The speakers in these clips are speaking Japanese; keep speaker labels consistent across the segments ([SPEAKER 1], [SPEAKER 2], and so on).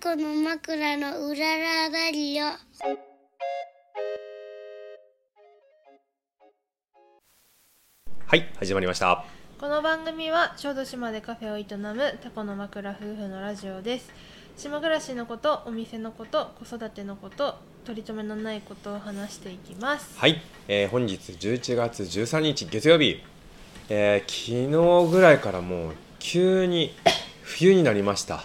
[SPEAKER 1] 子の枕のうららだりよ。
[SPEAKER 2] はい、始まりました。
[SPEAKER 3] この番組は小豆島でカフェを営むタコの枕夫婦のラジオです島暮らしのことお店のこと子育てのこと取り留めのないことを話していきます
[SPEAKER 2] はい、えー本日11月13日月曜日、えー昨日ぐらいからもう急に冬になりました。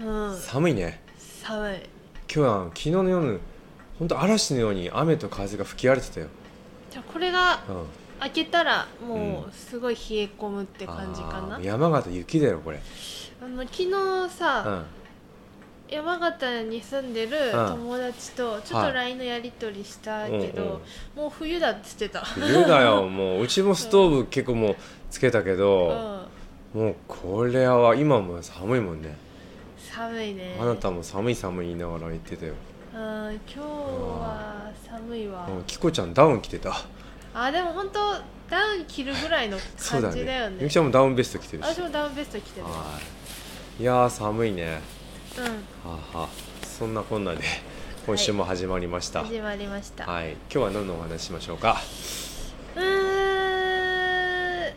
[SPEAKER 3] うん
[SPEAKER 2] 寒いね。
[SPEAKER 3] 寒い
[SPEAKER 2] 今日は昨日の夜、本当嵐のように雨と風が吹き荒れてたよ。
[SPEAKER 3] じゃあこれが
[SPEAKER 2] うん。
[SPEAKER 3] 開けたらも
[SPEAKER 2] う
[SPEAKER 3] うすごい冷え込むって感じかな、
[SPEAKER 2] あー山形雪だよこれ。
[SPEAKER 3] あの昨日
[SPEAKER 2] う
[SPEAKER 3] さ、
[SPEAKER 2] ん。
[SPEAKER 3] 山形に住んでる
[SPEAKER 2] うん
[SPEAKER 3] 友達とちょっ
[SPEAKER 2] は
[SPEAKER 3] と
[SPEAKER 2] い
[SPEAKER 3] LINE のやり取りしたけど、
[SPEAKER 2] うんうん
[SPEAKER 3] もう冬だって言ってた
[SPEAKER 2] 冬だよもううちもストーブ結構もうつけたけ
[SPEAKER 3] う
[SPEAKER 2] ど、
[SPEAKER 3] ん
[SPEAKER 2] もうこれは今も寒いもんね。
[SPEAKER 3] 寒いね
[SPEAKER 2] あなたも寒い寒い言いながら言ってたよ。
[SPEAKER 3] うん今日は寒いわ、
[SPEAKER 2] うん、キコちゃんダウン着てた。
[SPEAKER 3] あでも本当ダウン着るぐらいの
[SPEAKER 2] そうだ
[SPEAKER 3] 感じだよ
[SPEAKER 2] ね。
[SPEAKER 3] ね
[SPEAKER 2] ゆきちゃんもダウンベスト着てるし
[SPEAKER 3] 私。もダウンベスト着てる
[SPEAKER 2] はい。いやー寒いね。
[SPEAKER 3] う
[SPEAKER 2] はあ、はあ、そんなこんなで今週も始まりました。
[SPEAKER 3] ん
[SPEAKER 2] はい。
[SPEAKER 3] 始まりました、
[SPEAKER 2] 今日は何のお話しましょうか。
[SPEAKER 3] うーん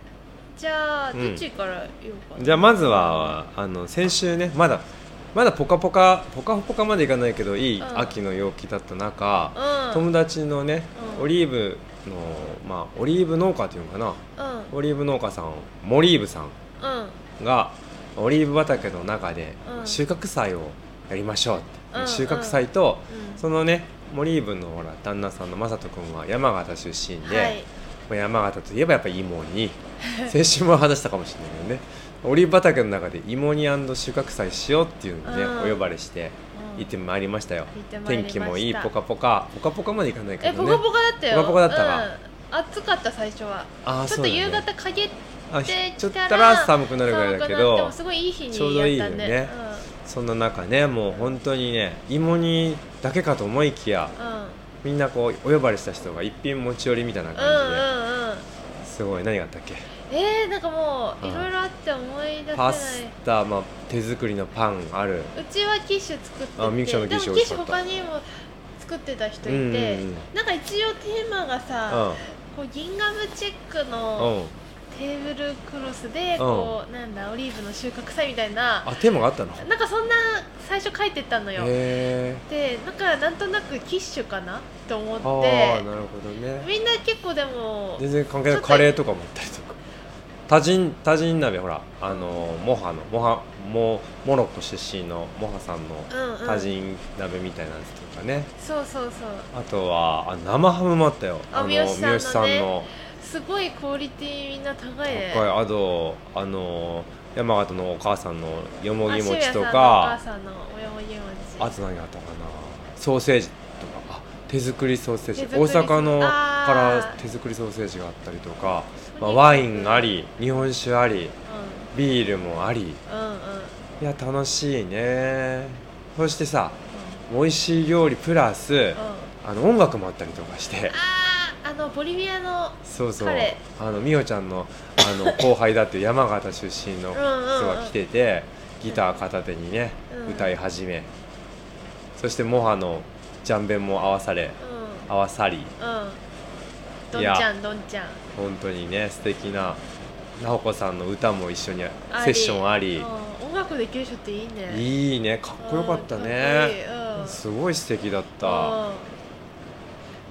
[SPEAKER 3] じゃあ
[SPEAKER 2] うん
[SPEAKER 3] どっちから言おうかな、
[SPEAKER 2] じゃあまずはあの先週ねまだまだポカポカポカポカまでいかないけどいい
[SPEAKER 3] うん
[SPEAKER 2] 秋の陽気だった中、
[SPEAKER 3] うん
[SPEAKER 2] 友達のね、
[SPEAKER 3] うん
[SPEAKER 2] オリーブのまあオリーブ農家っていうのかな
[SPEAKER 3] うん
[SPEAKER 2] オリーブ農家さんモリーブさん
[SPEAKER 3] うん
[SPEAKER 2] がオリーブ畑の中で
[SPEAKER 3] うん
[SPEAKER 2] 収穫祭をやりましょうって、
[SPEAKER 3] うん
[SPEAKER 2] 収穫祭と、
[SPEAKER 3] うん
[SPEAKER 2] そのねモリーブのほら旦那さんの雅人君は山形出身で、
[SPEAKER 3] はい
[SPEAKER 2] まあ山形といえばやっぱり芋煮 先週も話したかもしれないけどねオリーブ畑の中で芋煮収穫祭しようっていうので、
[SPEAKER 3] うん
[SPEAKER 2] お呼ばれして行ってまいりましたよ、
[SPEAKER 3] 行ってまい
[SPEAKER 2] 天
[SPEAKER 3] りました
[SPEAKER 2] 気もいいポカポカポカポカまでいかないけ
[SPEAKER 3] え
[SPEAKER 2] ど
[SPEAKER 3] ポ
[SPEAKER 2] ね
[SPEAKER 3] カポカだったよ
[SPEAKER 2] ポカポカだったか
[SPEAKER 3] うん、暑かった最初は
[SPEAKER 2] あー
[SPEAKER 3] ち
[SPEAKER 2] そう
[SPEAKER 3] ょっと
[SPEAKER 2] だよ
[SPEAKER 3] 夕
[SPEAKER 2] ね
[SPEAKER 3] 方陰って
[SPEAKER 2] あちょ
[SPEAKER 3] き
[SPEAKER 2] ったたら
[SPEAKER 3] ら
[SPEAKER 2] 寒くなるぐらいだけど
[SPEAKER 3] 寒くなってもすごいいい日に
[SPEAKER 2] ちょうどいいよ
[SPEAKER 3] やった
[SPEAKER 2] ね
[SPEAKER 3] ね
[SPEAKER 2] そんな中ねもう本当にね芋煮だけかと思いきや
[SPEAKER 3] うん、うん
[SPEAKER 2] みんなこうお呼ばれした人が一品持ち寄りみたいな
[SPEAKER 3] うんう
[SPEAKER 2] 感じで、
[SPEAKER 3] んうん
[SPEAKER 2] すごい何があったっけ
[SPEAKER 3] えー、なんかもういろいろあって思い出せない
[SPEAKER 2] パスタ、まあ、手作りのパンある
[SPEAKER 3] うちはキッシュ作ってて
[SPEAKER 2] あみゆきちゃんのキッシュ
[SPEAKER 3] でも
[SPEAKER 2] 美
[SPEAKER 3] キ
[SPEAKER 2] 味
[SPEAKER 3] ッ
[SPEAKER 2] し
[SPEAKER 3] シ
[SPEAKER 2] か
[SPEAKER 3] ュ
[SPEAKER 2] った
[SPEAKER 3] 他にも作ってた人いて、
[SPEAKER 2] うんうんうん
[SPEAKER 3] なんか一応テーマがさ、
[SPEAKER 2] う
[SPEAKER 3] こうギンガムチェック
[SPEAKER 2] ん
[SPEAKER 3] の
[SPEAKER 2] うん
[SPEAKER 3] テーブルクロスでこう、なんだオリーブの収穫祭みたいな
[SPEAKER 2] あテーマがあったの
[SPEAKER 3] なんかそんな最初書いてたのよ、
[SPEAKER 2] へえ
[SPEAKER 3] でなんかなんとなくキッシュかなと思
[SPEAKER 2] ああ
[SPEAKER 3] って
[SPEAKER 2] なるほどね
[SPEAKER 3] みんな結構でも
[SPEAKER 2] 全然関係な
[SPEAKER 3] ち
[SPEAKER 2] い
[SPEAKER 3] ょっと
[SPEAKER 2] カレーとかもあったりとか多人多人鍋ほらあのモハのモハモモロッコ出身のモハさんの
[SPEAKER 3] うんうん
[SPEAKER 2] 多人鍋みたいなやつとかね、
[SPEAKER 3] そうそうそう
[SPEAKER 2] あとはあ生ハムもあったよ
[SPEAKER 3] あ
[SPEAKER 2] の
[SPEAKER 3] 三好さんのね
[SPEAKER 2] の
[SPEAKER 3] すごいクオリティみんな高いね
[SPEAKER 2] 高いあとあの山形のお母さんのよもぎ
[SPEAKER 3] あ渋谷
[SPEAKER 2] 餅
[SPEAKER 3] さんの
[SPEAKER 2] とか
[SPEAKER 3] お母さんのおよもぎ餅
[SPEAKER 2] あと何があったかなソーセージとかあ手作りソーセージ
[SPEAKER 3] 手作
[SPEAKER 2] 大
[SPEAKER 3] りソー
[SPEAKER 2] 阪の
[SPEAKER 3] あー
[SPEAKER 2] から手作りソーセージがあったりとか、ま
[SPEAKER 3] と
[SPEAKER 2] あ、
[SPEAKER 3] にかく
[SPEAKER 2] ワインあり日本酒あり
[SPEAKER 3] う
[SPEAKER 2] ビールもあり
[SPEAKER 3] んうんうんうん
[SPEAKER 2] いや楽しいねそしてさ美味しい料理プラス
[SPEAKER 3] うん
[SPEAKER 2] あの音楽もあったりとかして
[SPEAKER 3] あーあのボリビアの
[SPEAKER 2] そうそう
[SPEAKER 3] 彼
[SPEAKER 2] あの美穂ちゃんのあ の後輩だっていう山形出身の人が来ててギター片手にね
[SPEAKER 3] うん
[SPEAKER 2] 歌い始めそしてモハのジャンベンも合わされ
[SPEAKER 3] う
[SPEAKER 2] 合わさり
[SPEAKER 3] んうんどん
[SPEAKER 2] い
[SPEAKER 3] ち
[SPEAKER 2] や
[SPEAKER 3] ゃんどんちゃん
[SPEAKER 2] 本当にね素敵な直子さんの歌も一緒にセ
[SPEAKER 3] あ
[SPEAKER 2] ッションあり
[SPEAKER 3] うん音楽できる人っていいねい
[SPEAKER 2] いいねかっこよかったね
[SPEAKER 3] うん
[SPEAKER 2] すごい素敵だっ
[SPEAKER 3] うん
[SPEAKER 2] た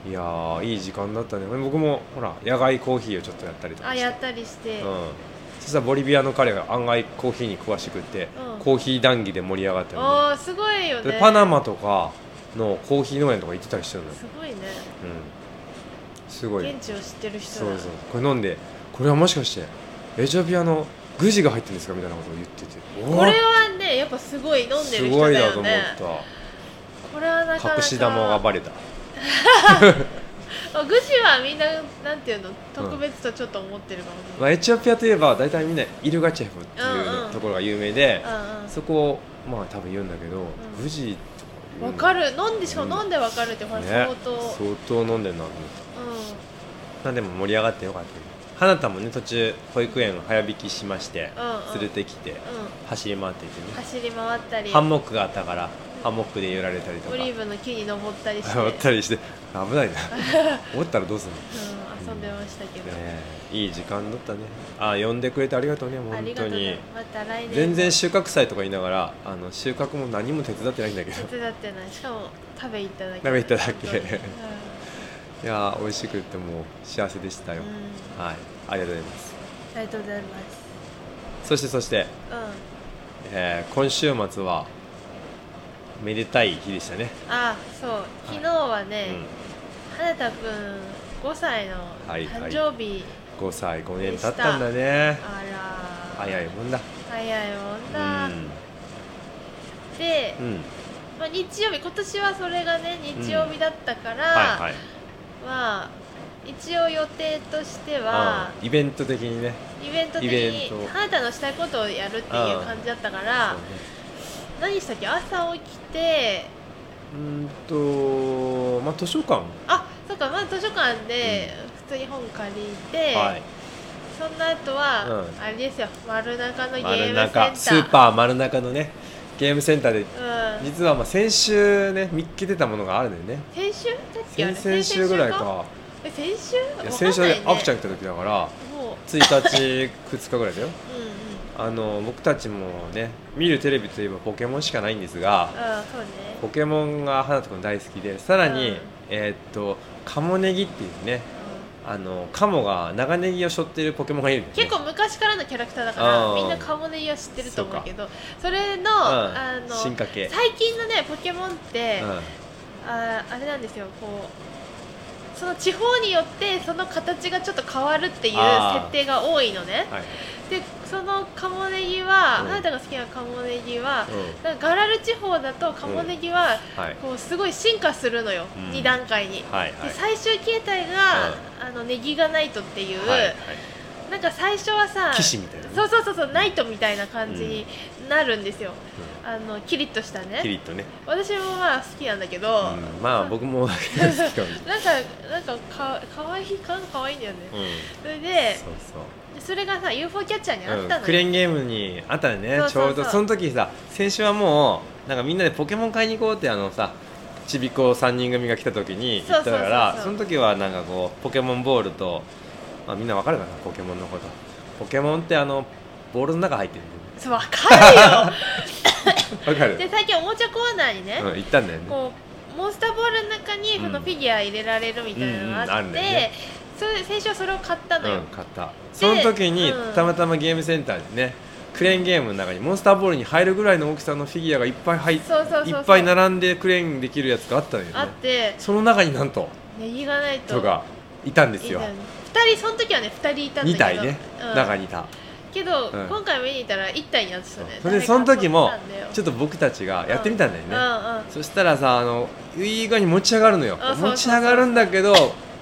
[SPEAKER 2] いやーいい時間だったね僕もほら野外コーヒーをちょっとやったりとか
[SPEAKER 3] あ
[SPEAKER 2] して
[SPEAKER 3] やったりして
[SPEAKER 2] うん、そしたらボリビアの彼が案外コーヒーに詳しくって、
[SPEAKER 3] うん
[SPEAKER 2] コーヒー談義で盛り上がったよ
[SPEAKER 3] あーすごいよ
[SPEAKER 2] ね
[SPEAKER 3] ね
[SPEAKER 2] でパナマとかのコーヒー農園とか行ってたりしてるのよ、
[SPEAKER 3] すごいね
[SPEAKER 2] うん、すごい
[SPEAKER 3] 現地を知ってる人
[SPEAKER 2] そう
[SPEAKER 3] だ
[SPEAKER 2] そうこれ飲んでこれはもしかしてエチオピアのグジが入ってるんですかみたいなことを言ってておー
[SPEAKER 3] これはねやっぱすごい飲んでる
[SPEAKER 2] す
[SPEAKER 3] 人
[SPEAKER 2] ごい
[SPEAKER 3] だ
[SPEAKER 2] なと
[SPEAKER 3] よ
[SPEAKER 2] 思
[SPEAKER 3] ね
[SPEAKER 2] っ
[SPEAKER 3] これはなかな
[SPEAKER 2] た
[SPEAKER 3] か
[SPEAKER 2] 隠し玉がバレた
[SPEAKER 3] あグジはみんななんていうの特別とちょっと思ってるかもしれ
[SPEAKER 2] ま
[SPEAKER 3] ない、
[SPEAKER 2] あ、エチオピアといえば大体みんなイルガチェフっていう
[SPEAKER 3] うん
[SPEAKER 2] ね
[SPEAKER 3] うん
[SPEAKER 2] ところが有名で、
[SPEAKER 3] うんうん
[SPEAKER 2] そこをまあ多分言うんだけど、
[SPEAKER 3] ん
[SPEAKER 2] グジと
[SPEAKER 3] わか
[SPEAKER 2] る
[SPEAKER 3] る飲んでしかも飲んでわかるってほら
[SPEAKER 2] ね
[SPEAKER 3] 相当、
[SPEAKER 2] 相当飲んでるなと思った
[SPEAKER 3] うん
[SPEAKER 2] まあでも盛り上がってよかったよ花田もね途中保育園を早引きしまして
[SPEAKER 3] うんう
[SPEAKER 2] 連
[SPEAKER 3] ん
[SPEAKER 2] れてきて
[SPEAKER 3] う
[SPEAKER 2] 走り回っていて
[SPEAKER 3] ん
[SPEAKER 2] ね
[SPEAKER 3] 走り回ったり
[SPEAKER 2] ハンモックがあったからハンモックで揺られたりと
[SPEAKER 3] オ
[SPEAKER 2] か
[SPEAKER 3] リーブの木に登っ たりして、うん、
[SPEAKER 2] 乗
[SPEAKER 3] 遊
[SPEAKER 2] ったりして危 ないな折ったらどうするの
[SPEAKER 3] んでましたけど、
[SPEAKER 2] ねえいい時間だったねあ呼んでくれてありがとうね
[SPEAKER 3] あ
[SPEAKER 2] 本
[SPEAKER 3] り
[SPEAKER 2] 当
[SPEAKER 3] がとうござい
[SPEAKER 2] に
[SPEAKER 3] ますまた来年
[SPEAKER 2] 全然収穫祭とか言いながらあの収穫も何も手伝ってないんだけど
[SPEAKER 3] 手伝ってないしかも食べ行っただけ
[SPEAKER 2] 食べ行っただけ
[SPEAKER 3] 本当に
[SPEAKER 2] いやー美味しくってもう幸せでしたよ、
[SPEAKER 3] うんうん
[SPEAKER 2] はいありがとうございます
[SPEAKER 3] ありがとうございます
[SPEAKER 2] そしてそして、
[SPEAKER 3] うん
[SPEAKER 2] えー今週末はめでたい日でしたね、
[SPEAKER 3] あそう昨日はね、花田くん5歳の
[SPEAKER 2] はいは
[SPEAKER 3] 誕
[SPEAKER 2] い
[SPEAKER 3] 生日、
[SPEAKER 2] うん、5歳5年経ったんだね
[SPEAKER 3] あら
[SPEAKER 2] 早いもんだ
[SPEAKER 3] 早いもんだ、で
[SPEAKER 2] う、ん、うん、
[SPEAKER 3] まあ、日曜日今年はそれがね日曜日だったから、
[SPEAKER 2] はいはい
[SPEAKER 3] まあ一応予定としては
[SPEAKER 2] うんイベント的にね
[SPEAKER 3] イベント的
[SPEAKER 2] イベン
[SPEAKER 3] に
[SPEAKER 2] ト
[SPEAKER 3] 花田のしたいことをやるっていう感じだったから
[SPEAKER 2] そうね
[SPEAKER 3] 何したっけ朝起きて
[SPEAKER 2] うーんとまあ図書館
[SPEAKER 3] あそうかまあ図書館で普通に本借りて、
[SPEAKER 2] はい
[SPEAKER 3] そんな後
[SPEAKER 2] う
[SPEAKER 3] は、
[SPEAKER 2] ん
[SPEAKER 3] あれですよ丸中のゲームセ
[SPEAKER 2] 丸
[SPEAKER 3] ンター
[SPEAKER 2] 中スーパー丸中のねゲームセンターで
[SPEAKER 3] うん、
[SPEAKER 2] 実はまあ先週ね見っけてたものがあるんだよね
[SPEAKER 3] 先週だっけあれ
[SPEAKER 2] 先々週ぐらいか
[SPEAKER 3] え先週
[SPEAKER 2] いや
[SPEAKER 3] わかん
[SPEAKER 2] 先週で
[SPEAKER 3] ない
[SPEAKER 2] ア
[SPEAKER 3] ね
[SPEAKER 2] クちゃん来た時だから
[SPEAKER 3] もう
[SPEAKER 2] 1日2日ぐらいだよ
[SPEAKER 3] うんうん
[SPEAKER 2] あの僕たちもね見るテレビといえばポケモンしかないんですが
[SPEAKER 3] あそうね
[SPEAKER 2] ポケモンが花くん大好きでさらに、
[SPEAKER 3] うん
[SPEAKER 2] えーっとカモネギっていうねあのカモが長ネギを背負ってるポケモンがいるんだよね
[SPEAKER 3] 結構昔からのキャラクターだか
[SPEAKER 2] う
[SPEAKER 3] ら
[SPEAKER 2] ん
[SPEAKER 3] みんなカモネギは知ってると思うけどそ
[SPEAKER 2] う
[SPEAKER 3] れの,、
[SPEAKER 2] ん
[SPEAKER 3] あの
[SPEAKER 2] 進化系、
[SPEAKER 3] 最近のねポケモンって、
[SPEAKER 2] うん
[SPEAKER 3] ああれなんですよこうその地方によってその形がちょっと変わるっていう
[SPEAKER 2] あー
[SPEAKER 3] 設定が多いのね
[SPEAKER 2] はい
[SPEAKER 3] でそのカモネギは、
[SPEAKER 2] うん
[SPEAKER 3] あなたが好きなカモネギは、
[SPEAKER 2] う
[SPEAKER 3] なんかガラル地方だとカモネギは
[SPEAKER 2] ん、はい
[SPEAKER 3] こうすごい進化するのよ、
[SPEAKER 2] うん
[SPEAKER 3] 2段階に、
[SPEAKER 2] はいはい
[SPEAKER 3] で最終形態が、あのネギがナイトっていう、
[SPEAKER 2] はいはい
[SPEAKER 3] なんか最初はさ
[SPEAKER 2] 騎士みたいなね
[SPEAKER 3] そうそうそうそうナイトみたいな感じになるんですよ、あのキリッとした
[SPEAKER 2] キ
[SPEAKER 3] ね
[SPEAKER 2] リッとね、
[SPEAKER 3] 私もまあ好きなんだけど、
[SPEAKER 2] うん、まあ僕も好きかもしれない、うん、
[SPEAKER 3] なんかなんかかかわいい感かわいいんだよね、それで
[SPEAKER 2] そうそう
[SPEAKER 3] それがさ UFO キャッチャーにあったのよ、
[SPEAKER 2] うん、クレーンゲームにあったよね
[SPEAKER 3] そうそうそう
[SPEAKER 2] ちょうどその時さ先週はもうなんかみんなでポケモン買いに行こうってあのさちびっこ3人組が来た時に行ったから
[SPEAKER 3] そうそうそうそう
[SPEAKER 2] その時はなんかこうポケモンボールと、まあ、みんなわかるかなポケモンのことポケモンってあのボールの中入ってるん
[SPEAKER 3] そうわ
[SPEAKER 2] だよねわ
[SPEAKER 3] か
[SPEAKER 2] かる
[SPEAKER 3] るよで最近おもちゃコーナーにね、
[SPEAKER 2] うん、行ったんだよね
[SPEAKER 3] こうモンスターボールの中に
[SPEAKER 2] うん
[SPEAKER 3] そのフィギュア入れられるみたいなのがあ
[SPEAKER 2] うんうんある
[SPEAKER 3] っ
[SPEAKER 2] ん
[SPEAKER 3] て、
[SPEAKER 2] だよね
[SPEAKER 3] それ先週はそれを買ったのよ、
[SPEAKER 2] うん買ったその時に
[SPEAKER 3] うん
[SPEAKER 2] たまたまゲームセンターでねクレーンゲームの中にモンスターボールに入るぐらいの大きさのフィギュアがいっぱい入っ
[SPEAKER 3] そうそうそうそう
[SPEAKER 2] いっぱい並んでクレーンできるやつがあったのよ
[SPEAKER 3] あっ
[SPEAKER 2] ね
[SPEAKER 3] て
[SPEAKER 2] その中になんと
[SPEAKER 3] ネギがないと
[SPEAKER 2] 人がいたんです
[SPEAKER 3] いいん
[SPEAKER 2] よ
[SPEAKER 3] だよね2人その時はね2人いたんだけど
[SPEAKER 2] 2体ね、
[SPEAKER 3] うん
[SPEAKER 2] 中にいた
[SPEAKER 3] けど、
[SPEAKER 2] うん
[SPEAKER 3] 今回見に行ったら1体になってたね
[SPEAKER 2] それでその時もち
[SPEAKER 3] ょっ
[SPEAKER 2] ょっと僕たちがやってみたんだよね、
[SPEAKER 3] うんうん
[SPEAKER 2] そしたらさあのいい具合に持ち上がるのよ
[SPEAKER 3] あそうそう
[SPEAKER 2] 持ち上がるんだけど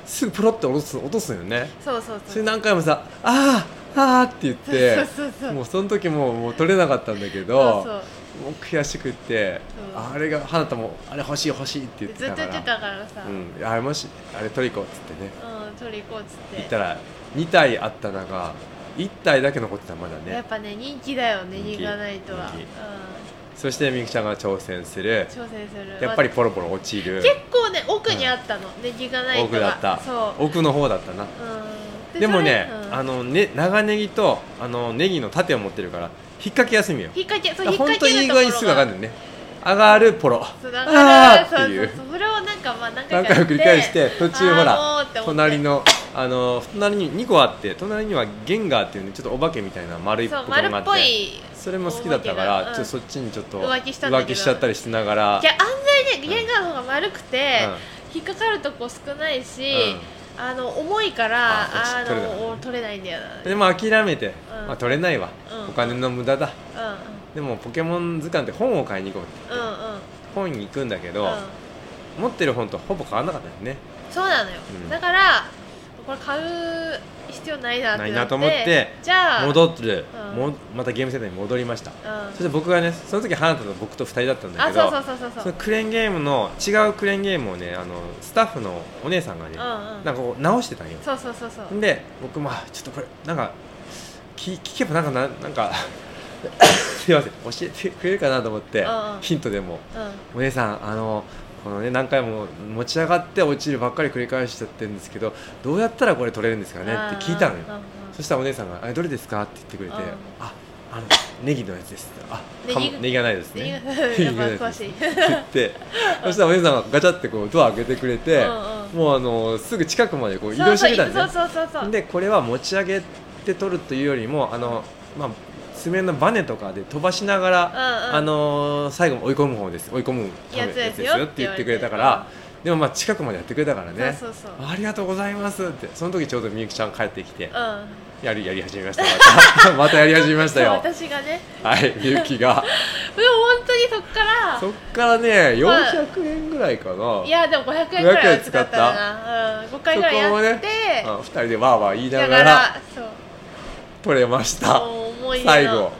[SPEAKER 2] すぐプロッと落とす落とすのよね
[SPEAKER 3] そうそう
[SPEAKER 2] そ
[SPEAKER 3] そう
[SPEAKER 2] れ何回もさ「あーあー」って言って
[SPEAKER 3] そうそうそう
[SPEAKER 2] もうその時ももう取れなかったんだけ
[SPEAKER 3] そ
[SPEAKER 2] ど
[SPEAKER 3] うそう
[SPEAKER 2] もう悔しくって、
[SPEAKER 3] うん
[SPEAKER 2] あれが花田もあれ欲しい欲しいって言って
[SPEAKER 3] ずったと
[SPEAKER 2] か
[SPEAKER 3] 言
[SPEAKER 2] ら
[SPEAKER 3] ってたからさ、う、
[SPEAKER 2] うんん、あれもしあれ取り行こうっつってね
[SPEAKER 3] 取り行こうっつって
[SPEAKER 2] 行ったら2体あった中1体だけ残ってたまだ
[SPEAKER 3] やっ
[SPEAKER 2] ね
[SPEAKER 3] ぱね人気だよね
[SPEAKER 2] 人気
[SPEAKER 3] ネギがないとは、
[SPEAKER 2] 人気
[SPEAKER 3] う
[SPEAKER 2] そしてみゆきちゃんが挑戦する
[SPEAKER 3] ん、挑戦する
[SPEAKER 2] やっぱり
[SPEAKER 3] ま
[SPEAKER 2] ポロポロ落ちる
[SPEAKER 3] あ結構ね奥にあったの、ネギがないとは
[SPEAKER 2] 奥だった
[SPEAKER 3] そう
[SPEAKER 2] 奥の方だったな
[SPEAKER 3] うん
[SPEAKER 2] でもね、
[SPEAKER 3] それうん
[SPEAKER 2] あのね長ネギとあのネギの盾を持ってるから引っ掛けやすいのよ
[SPEAKER 3] 引っ掛けそう
[SPEAKER 2] だ
[SPEAKER 3] 引
[SPEAKER 2] か
[SPEAKER 3] っ
[SPEAKER 2] ら本
[SPEAKER 3] 掛
[SPEAKER 2] 当
[SPEAKER 3] け
[SPEAKER 2] にいい
[SPEAKER 3] る
[SPEAKER 2] 具
[SPEAKER 3] とこ
[SPEAKER 2] 合に
[SPEAKER 3] ろが
[SPEAKER 2] すぐ上がるのね上がるポロ
[SPEAKER 3] そうだから
[SPEAKER 2] あーっていう
[SPEAKER 3] そうそうそうそれをなんかまあ何回
[SPEAKER 2] 何
[SPEAKER 3] かや
[SPEAKER 2] 回
[SPEAKER 3] っ
[SPEAKER 2] も
[SPEAKER 3] て
[SPEAKER 2] 繰り返して途中ほ
[SPEAKER 3] あーもう
[SPEAKER 2] ら
[SPEAKER 3] って思って
[SPEAKER 2] 隣のあの隣に2個あって隣にはゲンガーっていうねちょっとお化けみたいな丸いポ
[SPEAKER 3] そう
[SPEAKER 2] ケモン
[SPEAKER 3] 丸
[SPEAKER 2] があ
[SPEAKER 3] っ
[SPEAKER 2] っ
[SPEAKER 3] ぽ
[SPEAKER 2] て
[SPEAKER 3] い
[SPEAKER 2] それも好きだったから
[SPEAKER 3] お化け
[SPEAKER 2] ち
[SPEAKER 3] がうん
[SPEAKER 2] ょっとそっちにちょっと
[SPEAKER 3] 浮気したんだけど
[SPEAKER 2] 浮気しちゃったりしながら
[SPEAKER 3] いや案外ねゲンガーの方が丸くて、引っかかるとこ少ないし、あの重いから
[SPEAKER 2] あ
[SPEAKER 3] あ
[SPEAKER 2] 落ち取
[SPEAKER 3] の
[SPEAKER 2] れない
[SPEAKER 3] お取れないんだよな
[SPEAKER 2] うんでも諦めて
[SPEAKER 3] うん
[SPEAKER 2] まあ取れないわ
[SPEAKER 3] うん
[SPEAKER 2] お金の無駄だ
[SPEAKER 3] うん
[SPEAKER 2] でもポケモン図鑑って本を買いに行こうって
[SPEAKER 3] うんうんうん
[SPEAKER 2] 本に行くんだけど
[SPEAKER 3] うん
[SPEAKER 2] 持ってる本とほぼ変わらなかったよね
[SPEAKER 3] そうなのよ、
[SPEAKER 2] うん
[SPEAKER 3] だからこれ買う必要ないなって
[SPEAKER 2] ないなと思って
[SPEAKER 3] じゃあ
[SPEAKER 2] 戻ってる、
[SPEAKER 3] うん
[SPEAKER 2] もまたゲームセンターに戻りました、
[SPEAKER 3] うん
[SPEAKER 2] そして僕がねその時花田と僕と2人だったんだ
[SPEAKER 3] あ
[SPEAKER 2] けど
[SPEAKER 3] そうそうそうそう
[SPEAKER 2] そ
[SPEAKER 3] そう
[SPEAKER 2] のクレーンゲームの違うクレーンゲームをねあのスタッフのお姉さんがね、
[SPEAKER 3] うんうん
[SPEAKER 2] なんかこう直してたんよ
[SPEAKER 3] そうそうそうそう
[SPEAKER 2] で僕もあちょっとこれなんか聞聞けばなんかななんか すいません教えてくれるかなと思って、
[SPEAKER 3] うんうん
[SPEAKER 2] ヒントでも
[SPEAKER 3] うん
[SPEAKER 2] お姉さんあのこのね何回も持ち上がって落ちるばっかり繰り返しちゃってるんですけどどうやったらこれ取れるんですかねって聞いたのよ
[SPEAKER 3] うんうんうん
[SPEAKER 2] そしたらお姉さんが「あれどれですか?」って言ってくれて
[SPEAKER 3] うん
[SPEAKER 2] 「ああのネギのやつです」って「あ
[SPEAKER 3] ネギ
[SPEAKER 2] かもネギがないです
[SPEAKER 3] で
[SPEAKER 2] ね」
[SPEAKER 3] やっぱ詳しい
[SPEAKER 2] って言ってそしたらお姉さんがガチャってこうドア開けてくれて
[SPEAKER 3] うんうん
[SPEAKER 2] もうあのすぐ近くまでこう移動してくれたんですね
[SPEAKER 3] そうそうそうそう
[SPEAKER 2] でこれは持ち上げて取るというよりもあの、まあ、爪のバネとかで飛ばしながら、
[SPEAKER 3] うんうん
[SPEAKER 2] あのー最後も追い込む方です追い込む
[SPEAKER 3] やつです
[SPEAKER 2] や
[SPEAKER 3] よ
[SPEAKER 2] つって言ってくれたからでもまあ近くまでやってくれたからね
[SPEAKER 3] そうそうそう
[SPEAKER 2] ありがとうございますってその時ちょうどみゆきちゃん帰ってきて
[SPEAKER 3] うん
[SPEAKER 2] やりやり始めましたまた またやり始めました
[SPEAKER 3] そう
[SPEAKER 2] よ
[SPEAKER 3] 私がね
[SPEAKER 2] はいみゆき が
[SPEAKER 3] でも本当にそっから
[SPEAKER 2] そっからね
[SPEAKER 3] まあ
[SPEAKER 2] 400円ぐらいかな、
[SPEAKER 3] いやでも500円くらいは使った
[SPEAKER 2] 500
[SPEAKER 3] な、うん、5回ぐらいや
[SPEAKER 2] そこをね
[SPEAKER 3] って、
[SPEAKER 2] 2人でわーわー言いな
[SPEAKER 3] だ
[SPEAKER 2] が
[SPEAKER 3] かららそう
[SPEAKER 2] 取れました
[SPEAKER 3] もう思い出の
[SPEAKER 2] 最後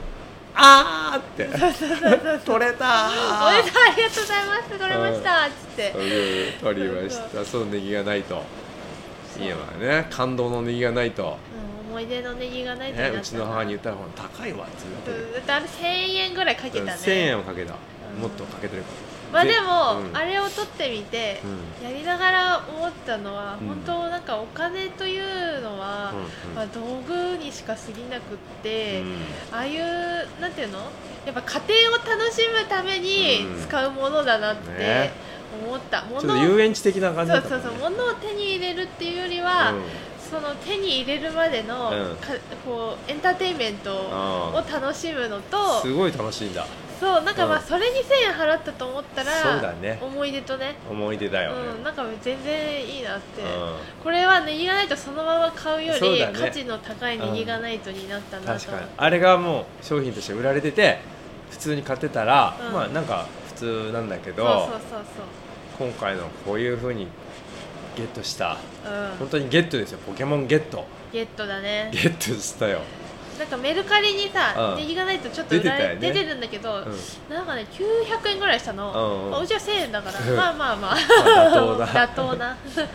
[SPEAKER 2] あーって取れたー
[SPEAKER 3] おめでとうありがとうございます取れましたっつって
[SPEAKER 2] そういう取りましたそのネギがないといいわね感動のネギがないと、
[SPEAKER 3] うん、思い出のネギがないと
[SPEAKER 2] ね
[SPEAKER 3] なった、な
[SPEAKER 2] うちの母に言ったらほら高いわって言われ
[SPEAKER 3] うんだってあれ1000円ぐらいかけ
[SPEAKER 2] て
[SPEAKER 3] たね
[SPEAKER 2] 1000円はかけた、
[SPEAKER 3] うん
[SPEAKER 2] もっとかけてるか
[SPEAKER 3] まあで
[SPEAKER 2] ぜ
[SPEAKER 3] も、
[SPEAKER 2] うん
[SPEAKER 3] あれを取ってみて、
[SPEAKER 2] う
[SPEAKER 3] やりながら思ったのは、
[SPEAKER 2] うん
[SPEAKER 3] 本当なんかお金というのは、
[SPEAKER 2] ら、うんうん
[SPEAKER 3] まあ、道具にしか過ぎなくって、ああいうなんていうのやっぱ家庭を楽しむために
[SPEAKER 2] うん
[SPEAKER 3] 使うものだなって
[SPEAKER 2] ね
[SPEAKER 3] 思った、
[SPEAKER 2] うんちょっ
[SPEAKER 3] 物
[SPEAKER 2] と
[SPEAKER 3] を
[SPEAKER 2] 遊園地的な感じ
[SPEAKER 3] そ
[SPEAKER 2] だ
[SPEAKER 3] う
[SPEAKER 2] った
[SPEAKER 3] そうそう物を手に入れるっていうよりは、
[SPEAKER 2] うん
[SPEAKER 3] その手に入れるまでの、
[SPEAKER 2] うん
[SPEAKER 3] かこうエンターテインメントを
[SPEAKER 2] あ
[SPEAKER 3] 楽しむのと
[SPEAKER 2] ーすごい楽しいんだ
[SPEAKER 3] そうなんかまあ
[SPEAKER 2] うん
[SPEAKER 3] それに1000円払ったと思ったら
[SPEAKER 2] そうだね
[SPEAKER 3] 思い出とね
[SPEAKER 2] 思い出だよね、
[SPEAKER 3] うん、なんか全然いいなって、
[SPEAKER 2] う
[SPEAKER 3] これはねぎがないとそのまま買うよ
[SPEAKER 2] そう
[SPEAKER 3] り
[SPEAKER 2] だね
[SPEAKER 3] 価値の高いねぎがないとになった
[SPEAKER 2] ん
[SPEAKER 3] な
[SPEAKER 2] 確
[SPEAKER 3] と思
[SPEAKER 2] か
[SPEAKER 3] っ
[SPEAKER 2] に
[SPEAKER 3] て
[SPEAKER 2] あれがもう商品として売られてて普通に買ってたら、
[SPEAKER 3] うん
[SPEAKER 2] まあなんか普通なんだけど
[SPEAKER 3] そうそうそう
[SPEAKER 2] 今回のこういうふうにゲットした
[SPEAKER 3] そう、う
[SPEAKER 2] 本
[SPEAKER 3] ん、
[SPEAKER 2] 当にゲットですよポケモンゲット
[SPEAKER 3] ゲットだね
[SPEAKER 2] ゲットしたよ、
[SPEAKER 3] なんかメルカリに
[SPEAKER 2] う
[SPEAKER 3] さ
[SPEAKER 2] ん
[SPEAKER 3] ねぎがないとちょっと売ら
[SPEAKER 2] 出
[SPEAKER 3] れ
[SPEAKER 2] てたよね
[SPEAKER 3] 出てるんだけど、
[SPEAKER 2] うん、
[SPEAKER 3] なんかね900円ぐらいしたの、
[SPEAKER 2] うんうん
[SPEAKER 3] まあうちは1000円だから
[SPEAKER 2] うん
[SPEAKER 3] まあまあまあ
[SPEAKER 2] 妥当だ
[SPEAKER 3] 妥当なそう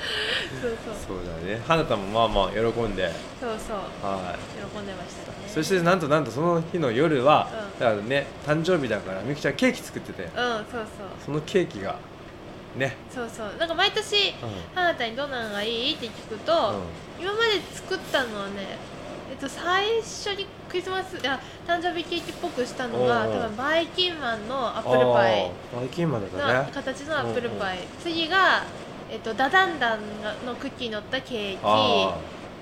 [SPEAKER 3] そう
[SPEAKER 2] そうだね花田もまあまあ喜んで
[SPEAKER 3] そうそう
[SPEAKER 2] はい
[SPEAKER 3] 喜んでましたね
[SPEAKER 2] そしてなんとなんとその日の夜は、
[SPEAKER 3] うん
[SPEAKER 2] だからね誕生日だからみゆきちゃんケーキ作ってて
[SPEAKER 3] うんそうそう
[SPEAKER 2] そのケーキがね、
[SPEAKER 3] そうそうなんか毎年
[SPEAKER 2] うん
[SPEAKER 3] あなたにどんなのがいいって聞くと、今まで作ったのはねえっと最初にクリスマスあ誕生日ケーキっぽくしたのが
[SPEAKER 2] おうおう
[SPEAKER 3] 多分バイキンマンのアップルパイ
[SPEAKER 2] あーバイキンマンだ
[SPEAKER 3] の
[SPEAKER 2] ね
[SPEAKER 3] 形のアップルパイ、次が、えっと、ダダンダンのクッキー乗ったケー
[SPEAKER 2] あ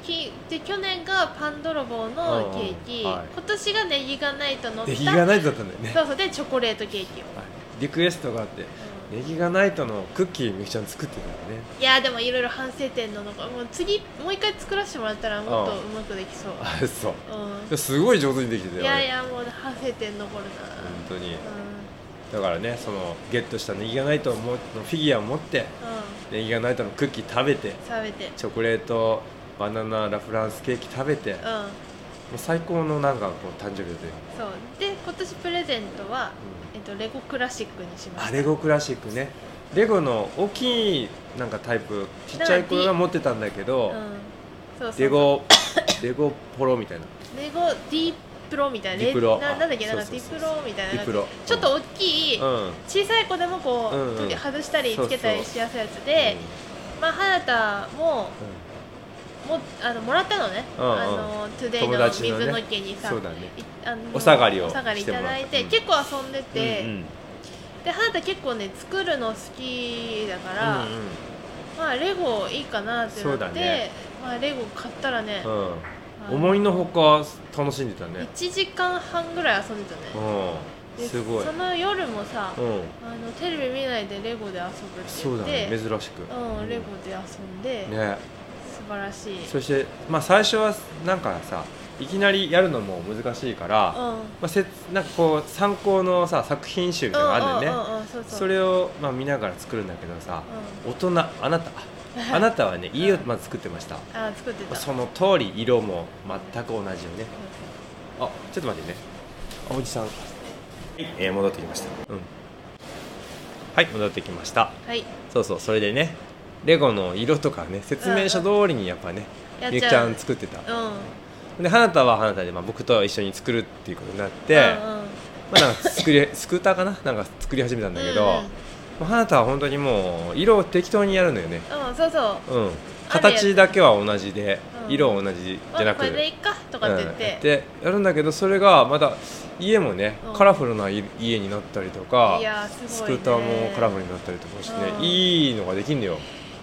[SPEAKER 3] キきで去年がパン泥棒のケーキ、
[SPEAKER 2] うんうんはい
[SPEAKER 3] 今年がネギがないと
[SPEAKER 2] あ
[SPEAKER 3] 乗った
[SPEAKER 2] ネギがないとだったんだよね、
[SPEAKER 3] そうそうでチョコレートケーキを、
[SPEAKER 2] はい リクエストがあって
[SPEAKER 3] うん
[SPEAKER 2] ネギがないとのクッキーみゆきちゃん作ってたよね
[SPEAKER 3] いやーでもいろいろ反省点なのかもう次もう一回作らせてもらったらもっと
[SPEAKER 2] う
[SPEAKER 3] うまくできそう、
[SPEAKER 2] あそう
[SPEAKER 3] うん
[SPEAKER 2] いやすごい上手にできてたよ
[SPEAKER 3] いやい
[SPEAKER 2] ね
[SPEAKER 3] やもう反省点
[SPEAKER 2] 本
[SPEAKER 3] 残るな
[SPEAKER 2] 当にだからねそのゲットしたネギがないとものフィギュアを持って
[SPEAKER 3] うんうん
[SPEAKER 2] ネギがないとのクッキー食べて
[SPEAKER 3] 食べて
[SPEAKER 2] チョコレートバナナラフランスケーキ食べても
[SPEAKER 3] う
[SPEAKER 2] うん最高のなんかこう誕生日だったよ、
[SPEAKER 3] そうで今年プレゼントは、えっと、レゴクラシックにしま
[SPEAKER 2] うん
[SPEAKER 3] し
[SPEAKER 2] あ
[SPEAKER 3] た
[SPEAKER 2] レゴクラシックねレゴの大きいなんかタイプちっちゃい子が持ってたんだけ
[SPEAKER 3] うん
[SPEAKER 2] ど
[SPEAKER 3] そうそう
[SPEAKER 2] レゴレゴポロみたいな
[SPEAKER 3] レゴ D プロみたいな
[SPEAKER 2] ディプロ
[SPEAKER 3] ななんだっけなんか
[SPEAKER 2] そう
[SPEAKER 3] D プ
[SPEAKER 2] そうそう
[SPEAKER 3] ロみたいな
[SPEAKER 2] ディプロ
[SPEAKER 3] ちょっと大きい、
[SPEAKER 2] うん
[SPEAKER 3] 小さい子でもこう、
[SPEAKER 2] うんうん
[SPEAKER 3] 外したり
[SPEAKER 2] そうそ
[SPEAKER 3] つ
[SPEAKER 2] う
[SPEAKER 3] けたりしやすいやつで、まあ花田ももあのもらったのね、
[SPEAKER 2] うんうん
[SPEAKER 3] あのトゥデイ
[SPEAKER 2] 友
[SPEAKER 3] の
[SPEAKER 2] 達のね
[SPEAKER 3] 水野家に
[SPEAKER 2] うん
[SPEAKER 3] さ、
[SPEAKER 2] そうだね
[SPEAKER 3] いあの
[SPEAKER 2] お下がりを
[SPEAKER 3] お下がりいただいて
[SPEAKER 2] して
[SPEAKER 3] 結構遊んでて、
[SPEAKER 2] うんうん
[SPEAKER 3] で花田結構ね作るの好きだから、
[SPEAKER 2] うんうん
[SPEAKER 3] まあレゴいいかなって
[SPEAKER 2] そ
[SPEAKER 3] な
[SPEAKER 2] う
[SPEAKER 3] って、
[SPEAKER 2] だね
[SPEAKER 3] まあレゴ買ったらね、
[SPEAKER 2] うん、思いのほか楽しんでたね、
[SPEAKER 3] 1時間半ぐらい遊んでたね、
[SPEAKER 2] うん、
[SPEAKER 3] です
[SPEAKER 2] ごい、う
[SPEAKER 3] その夜も
[SPEAKER 2] ん、
[SPEAKER 3] さ、あのテレビ見ないでレゴで遊ぶって
[SPEAKER 2] そ
[SPEAKER 3] 言
[SPEAKER 2] う
[SPEAKER 3] っ
[SPEAKER 2] だ
[SPEAKER 3] て
[SPEAKER 2] ね珍しく、
[SPEAKER 3] うん、レゴで遊んで、
[SPEAKER 2] ね
[SPEAKER 3] 素晴らしい
[SPEAKER 2] そして、まあ、最初はなんかさいきなりやるのも難しいから、ま
[SPEAKER 3] うん
[SPEAKER 2] あ、せなんかこう参考のさ作品集みたいなのがあるんだよね、
[SPEAKER 3] うんうんうんうんそうそう
[SPEAKER 2] それを、まあ、見ながら作るんだけどさ、
[SPEAKER 3] う
[SPEAKER 2] 大人あなたあなたはね家をまず作ってました
[SPEAKER 3] あー作ってた
[SPEAKER 2] その通り色も全く同じよね
[SPEAKER 3] う
[SPEAKER 2] あちょっと待ってねあおじさんはい、えー戻ってきましたうんはい戻ってきました
[SPEAKER 3] んはい
[SPEAKER 2] そうそうそれでねレゴの色とかね説明書通りにやっぱね、
[SPEAKER 3] やっ
[SPEAKER 2] ゆき
[SPEAKER 3] ち
[SPEAKER 2] ち
[SPEAKER 3] ゃ
[SPEAKER 2] ゃ
[SPEAKER 3] うん
[SPEAKER 2] 作ってた
[SPEAKER 3] うん
[SPEAKER 2] で花田は花田で、まあ、僕と一緒に作るっていうことになって、
[SPEAKER 3] うんうん
[SPEAKER 2] まあ、なんか作り スクーターかななんか作り始めたんだけど、
[SPEAKER 3] うん
[SPEAKER 2] もう花田は本当にもう色を適当にやるのよね
[SPEAKER 3] うん、うん、そうそう
[SPEAKER 2] うん
[SPEAKER 3] あるやつ
[SPEAKER 2] 形だけは同じで、
[SPEAKER 3] うん
[SPEAKER 2] 色は同じじゃ
[SPEAKER 3] あ
[SPEAKER 2] なく
[SPEAKER 3] これでいっかとかって言って、
[SPEAKER 2] でやるんだけどそれがまた家もね、
[SPEAKER 3] うん
[SPEAKER 2] カラフルな家になったりとか
[SPEAKER 3] いやーす
[SPEAKER 2] ス
[SPEAKER 3] ご
[SPEAKER 2] ク
[SPEAKER 3] い、ね、
[SPEAKER 2] ーターもカラフルになったりとかしてね、
[SPEAKER 3] うん
[SPEAKER 2] いいのができんだよ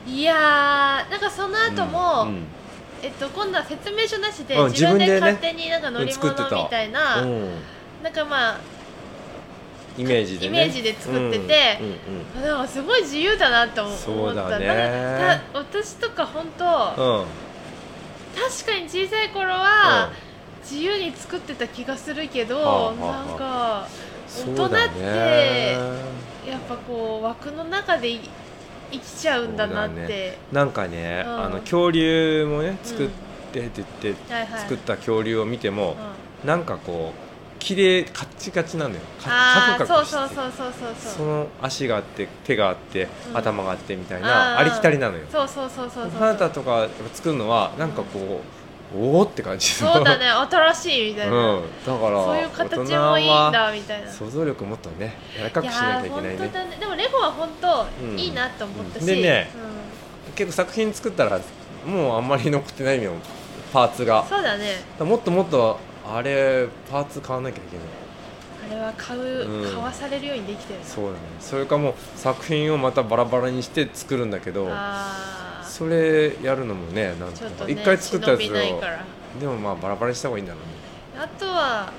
[SPEAKER 3] いやーなんかその後も、
[SPEAKER 2] うん
[SPEAKER 3] えっと、今度は説明書なしで、
[SPEAKER 2] うん
[SPEAKER 3] 自分で
[SPEAKER 2] 自分でね
[SPEAKER 3] 勝手になんか乗り
[SPEAKER 2] 作
[SPEAKER 3] 物
[SPEAKER 2] ってた
[SPEAKER 3] みたいな、
[SPEAKER 2] うんうん
[SPEAKER 3] なんかまあ
[SPEAKER 2] イメージでね
[SPEAKER 3] イメージで作ってて
[SPEAKER 2] うんうん
[SPEAKER 3] あなんかすごい自由だなと思
[SPEAKER 2] そう
[SPEAKER 3] 思った
[SPEAKER 2] だね
[SPEAKER 3] なんかた私とか本当、
[SPEAKER 2] うんうん
[SPEAKER 3] 確かに小さい頃は、自由に作ってた気がするけど、
[SPEAKER 2] はあはあ
[SPEAKER 3] なんか
[SPEAKER 2] そ
[SPEAKER 3] 大
[SPEAKER 2] う
[SPEAKER 3] 人
[SPEAKER 2] だ
[SPEAKER 3] って
[SPEAKER 2] ね
[SPEAKER 3] やっぱこう枠の中でい生きちゃうんだなっ
[SPEAKER 2] そうだ
[SPEAKER 3] て、
[SPEAKER 2] なんかね、
[SPEAKER 3] うん
[SPEAKER 2] あの恐竜もね作っ
[SPEAKER 3] う
[SPEAKER 2] てって言って
[SPEAKER 3] んはいはい
[SPEAKER 2] 作った恐竜を見ても
[SPEAKER 3] う、ん
[SPEAKER 2] なんかこう綺麗カッチカチなんだよか
[SPEAKER 3] ああ
[SPEAKER 2] カク
[SPEAKER 3] そ
[SPEAKER 2] カ
[SPEAKER 3] う
[SPEAKER 2] クして
[SPEAKER 3] そうそうそうそうそう
[SPEAKER 2] その足があって手があって、
[SPEAKER 3] うん
[SPEAKER 2] 頭があってみたい
[SPEAKER 3] あ
[SPEAKER 2] な
[SPEAKER 3] ー
[SPEAKER 2] ありきたりなのよ
[SPEAKER 3] そうそうそうそう
[SPEAKER 2] 花
[SPEAKER 3] そ
[SPEAKER 2] 田
[SPEAKER 3] う
[SPEAKER 2] とかやっぱ作るのはなんかこう、おおって感じの
[SPEAKER 3] そうだね新しいみ
[SPEAKER 2] う
[SPEAKER 3] たい
[SPEAKER 2] ん
[SPEAKER 3] な、、
[SPEAKER 2] だから
[SPEAKER 3] そういう形もいいん
[SPEAKER 2] 大人は
[SPEAKER 3] だみたいな
[SPEAKER 2] 想像力もっとね柔らか
[SPEAKER 3] い
[SPEAKER 2] くし
[SPEAKER 3] や
[SPEAKER 2] なきゃ
[SPEAKER 3] ー
[SPEAKER 2] いけ
[SPEAKER 3] 本
[SPEAKER 2] ない
[SPEAKER 3] 当
[SPEAKER 2] ね
[SPEAKER 3] だねでもレゴは本当
[SPEAKER 2] うん
[SPEAKER 3] いいなと思ったし、
[SPEAKER 2] うんでね
[SPEAKER 3] う
[SPEAKER 2] 結構作品作ったらもうあんまり残ってないよパーツがだ
[SPEAKER 3] ん
[SPEAKER 2] か
[SPEAKER 3] そうだね
[SPEAKER 2] らもっともっとあれパーツ買わなきゃいけない
[SPEAKER 3] あれは買う、
[SPEAKER 2] うん
[SPEAKER 3] 買わされるようにできてる
[SPEAKER 2] そうだねそれかもう作品をまたバラバラにして作るんだけど
[SPEAKER 3] ああ
[SPEAKER 2] それやるのもねなん
[SPEAKER 3] ちょっ
[SPEAKER 2] か
[SPEAKER 3] とね
[SPEAKER 2] 一、回作ったやつ
[SPEAKER 3] 忍びない
[SPEAKER 2] を
[SPEAKER 3] から
[SPEAKER 2] でもまあバラバラにした方がいいんだろうね
[SPEAKER 3] あとは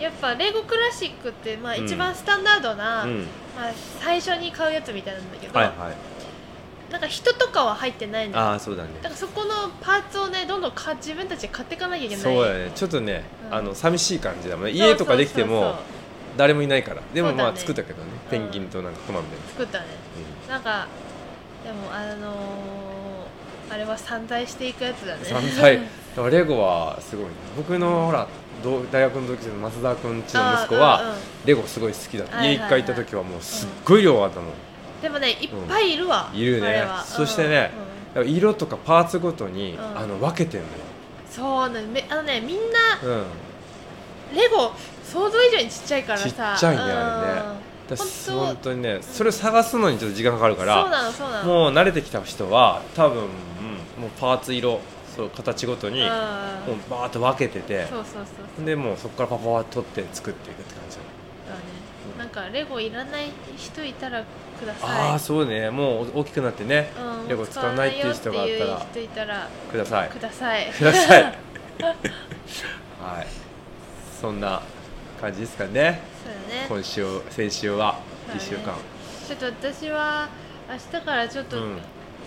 [SPEAKER 3] やっぱレゴクラシックって、まあ、
[SPEAKER 2] うん
[SPEAKER 3] 一番スタンダードな、
[SPEAKER 2] うん、
[SPEAKER 3] まあ、最初に買うやつみたいなんだけど、
[SPEAKER 2] はいはい
[SPEAKER 3] なんか人とかは入ってないのよ
[SPEAKER 2] ああそうだね
[SPEAKER 3] だからそこのパーツをねどんどんか自分たちで買っていかなきゃいけない
[SPEAKER 2] そうだねちょっとね、
[SPEAKER 3] うん
[SPEAKER 2] あの寂しい感じだもんね
[SPEAKER 3] そうそう
[SPEAKER 2] 家とかできて
[SPEAKER 3] そう
[SPEAKER 2] も誰もいないからでも
[SPEAKER 3] そうだ
[SPEAKER 2] ま
[SPEAKER 3] ね
[SPEAKER 2] あ作ったけどねペンギンとなんかクマみたい
[SPEAKER 3] そう作ったねなんかでもあのー、あれは散財していくやつだね
[SPEAKER 2] な、うん、3歳だからレゴはすごいね僕のほら同大学の時の増田君ちの息子
[SPEAKER 3] あーうん
[SPEAKER 2] は
[SPEAKER 3] うん
[SPEAKER 2] レゴすごい好きだった、
[SPEAKER 3] はいはい
[SPEAKER 2] 家
[SPEAKER 3] は
[SPEAKER 2] 一
[SPEAKER 3] い
[SPEAKER 2] 回行った時はもうすっごい量あったもん、
[SPEAKER 3] でもねいっぱいいるわ、
[SPEAKER 2] うんいるね
[SPEAKER 3] あれは
[SPEAKER 2] そしてね
[SPEAKER 3] うんうん
[SPEAKER 2] だから色とかパーツごとに、
[SPEAKER 3] ん
[SPEAKER 2] あの分けてん
[SPEAKER 3] そうねめあのねみんな
[SPEAKER 2] のよ、うん、
[SPEAKER 3] レゴ想像以上にちっちゃいからさ
[SPEAKER 2] ちっちゃいねあれねだ
[SPEAKER 3] 本当
[SPEAKER 2] 本当にねそれを探すのにちょっと時間かかる
[SPEAKER 3] うん
[SPEAKER 2] から
[SPEAKER 3] そうなのそうなの
[SPEAKER 2] もう慣れてきた人は多分、うんもうパーツ色そう形ごと
[SPEAKER 3] う
[SPEAKER 2] に
[SPEAKER 3] ん
[SPEAKER 2] もうバーッと分けてて
[SPEAKER 3] そうそうそうそう
[SPEAKER 2] でもうそこからパパパッと取って作っていくって感じだ
[SPEAKER 3] だねなんかレゴいらない人いたらください
[SPEAKER 2] ああそうねもう大きくなってね
[SPEAKER 3] うん
[SPEAKER 2] レゴ使わないっていう人があった
[SPEAKER 3] 使わないよ
[SPEAKER 2] ら
[SPEAKER 3] っていう人いたら
[SPEAKER 2] ください
[SPEAKER 3] くださ い
[SPEAKER 2] くだ さいはいそんな感じですかね
[SPEAKER 3] そうだね
[SPEAKER 2] 今週先週は
[SPEAKER 3] そうだね
[SPEAKER 2] 1週間、
[SPEAKER 3] ちょっと私は明日からちょっと
[SPEAKER 2] うん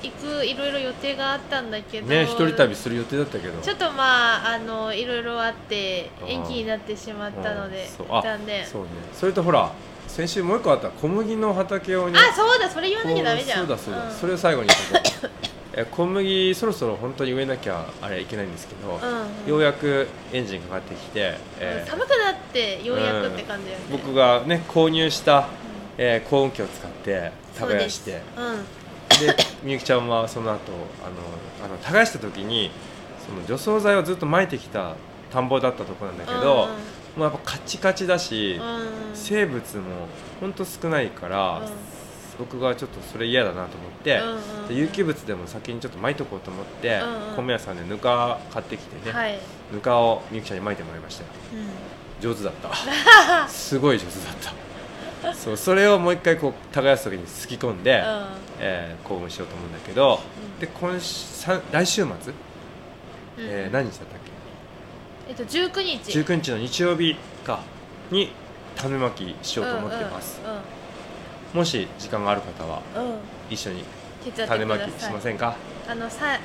[SPEAKER 3] 行くいろいろ予定があったんだけど、
[SPEAKER 2] ね一人旅する予定だったけど
[SPEAKER 3] ちょっとまああのいろいろあって延期になってしまったの
[SPEAKER 2] う
[SPEAKER 3] で
[SPEAKER 2] んそうあ
[SPEAKER 3] 残念
[SPEAKER 2] そうねそれとほら先週もう一個あった小麦の畑をね
[SPEAKER 3] あそうだそれ言わなきゃダメじゃん
[SPEAKER 2] そうだそうだ、
[SPEAKER 3] ん
[SPEAKER 2] それを最後にちょっとえ小麦そろそろ本当に植えなきゃあれいけないんですけど、
[SPEAKER 3] うん
[SPEAKER 2] ようやくエンジンかかってきて、
[SPEAKER 3] う
[SPEAKER 2] え
[SPEAKER 3] ん
[SPEAKER 2] ー
[SPEAKER 3] 寒くなってようやくって感じだよね、うん、
[SPEAKER 2] 僕がね購入した、えー耕運機を使って耕して
[SPEAKER 3] そう
[SPEAKER 2] で
[SPEAKER 3] ですうん
[SPEAKER 2] みゆきちゃんはその後あのあの耕した時にその除草剤をずっと撒いてきた田んぼだったところなんだけど、もうやっぱカチカチだし、
[SPEAKER 3] うんうん
[SPEAKER 2] 生物もほんと少ないから、
[SPEAKER 3] うん
[SPEAKER 2] 僕がちょっとそれ嫌だなと思って、
[SPEAKER 3] うんうん
[SPEAKER 2] で有機物でも先にちょっと撒いとこうと思って、
[SPEAKER 3] うんうん
[SPEAKER 2] 米屋さんでぬか買ってきてね、
[SPEAKER 3] はい、うん、
[SPEAKER 2] ぬかをみゆきちゃんに撒いてもらいましたよ上手だった すごい上手だったそうそれをもう一回こう耕す時にすき込んで、
[SPEAKER 3] うん
[SPEAKER 2] えー、興奮しようと思うんだけど、
[SPEAKER 3] うん
[SPEAKER 2] で今しさ来週末、
[SPEAKER 3] うん
[SPEAKER 2] えー何日だったっけ
[SPEAKER 3] えっと19日
[SPEAKER 2] 19日の日曜日かに種まきしようと思ってます、
[SPEAKER 3] う
[SPEAKER 2] もし時間がある方は
[SPEAKER 3] んうん、うんうん、
[SPEAKER 2] 一緒に
[SPEAKER 3] 手伝ってください
[SPEAKER 2] 種まきしませんか
[SPEAKER 3] あのさ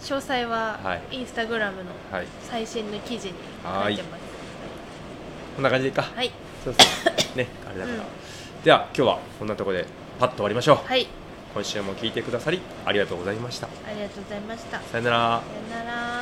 [SPEAKER 3] 詳細
[SPEAKER 2] は
[SPEAKER 3] はいインスタグラムの
[SPEAKER 2] はい
[SPEAKER 3] 最新の記事に書いてます
[SPEAKER 2] こんな感じでいいか、
[SPEAKER 3] はいはい、
[SPEAKER 2] そうそうねあれだから、
[SPEAKER 3] うん
[SPEAKER 2] では今日はこんなところでパッと終わりましょう、
[SPEAKER 3] はい、
[SPEAKER 2] 今
[SPEAKER 3] 今週も聞いてくださりありがとうございました
[SPEAKER 2] ありがとうございましたさ
[SPEAKER 3] さよなら
[SPEAKER 2] よなら